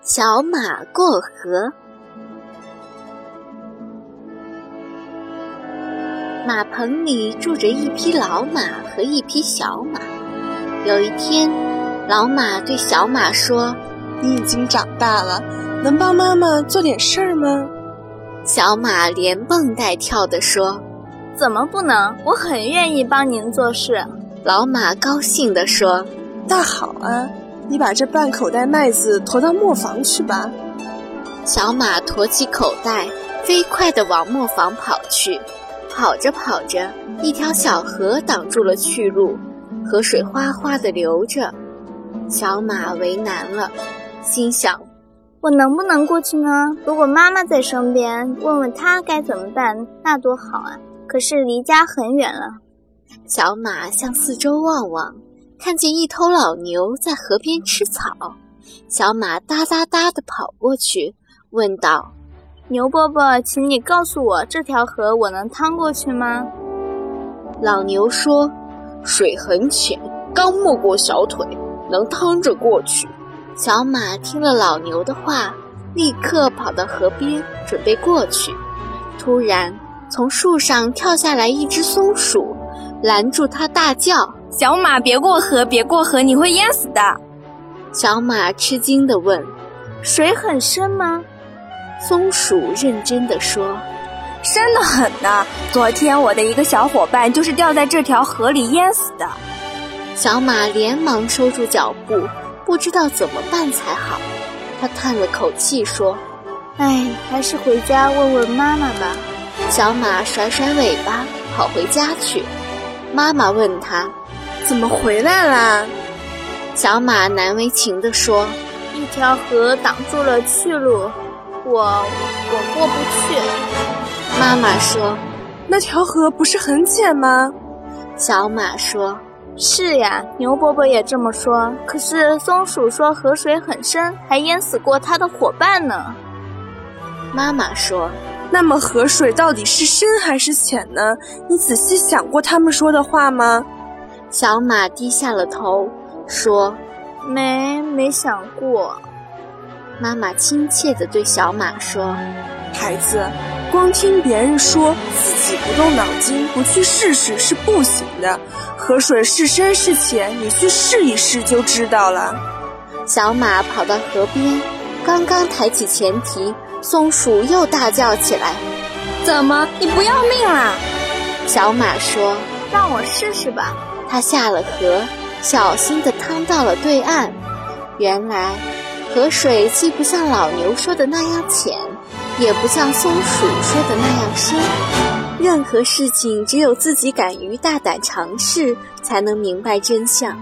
小马过河。马棚里住着一匹老马和一匹小马。有一天，老马对小马说：“你已经长大了，能帮妈妈做点事儿吗？”小马连蹦带跳地说：“怎么不能？我很愿意帮您做事。”老马高兴地说：“那好啊，你把这半口袋麦子驮到磨坊去吧。”小马驮起口袋，飞快地往磨坊跑去。跑着跑着，一条小河挡住了去路，河水哗哗地流着。小马为难了，心想：“我能不能过去呢？如果妈妈在身边，问问她该怎么办，那多好啊！可是离家很远了。”小马向四周望望，看见一头老牛在河边吃草。小马哒哒哒地跑过去，问道：“牛伯伯，请你告诉我，这条河我能趟过去吗？”老牛说：“水很浅，刚没过小腿，能趟着过去。”小马听了老牛的话，立刻跑到河边准备过去。突然，从树上跳下来一只松鼠。拦住他，大叫：“小马，别过河，别过河，你会淹死的！”小马吃惊地问：“水很深吗？”松鼠认真地说：“深得很呢、啊。昨天我的一个小伙伴就是掉在这条河里淹死的。”小马连忙收住脚步，不知道怎么办才好。他叹了口气说：“哎，还是回家问问妈妈吧。”小马甩甩尾巴，跑回家去。妈妈问他：“怎么回来啦？”小马难为情地说：“一条河挡住了去路，我我过不去。”妈妈说：“那条河不是很浅吗？”小马说：“是呀，牛伯伯也这么说。可是松鼠说河水很深，还淹死过它的伙伴呢。”妈妈说。那么河水到底是深还是浅呢？你仔细想过他们说的话吗？小马低下了头，说：“没，没想过。”妈妈亲切地对小马说：“孩子，啊光听别人说，自己不动脑筋，不去试试是不行的。河水是深是浅，你去试一试就知道了。”小马跑到河边，刚刚抬起前蹄。松鼠又大叫起来：“怎么，啊你不要命啦？”小马说：“让我试试吧。”它下了河，小心地趟到了对岸。原来，河水既不像老牛说的那样浅，也不像松鼠说的那样深。任何事情，只有自己敢于大胆尝试，才能明白真相。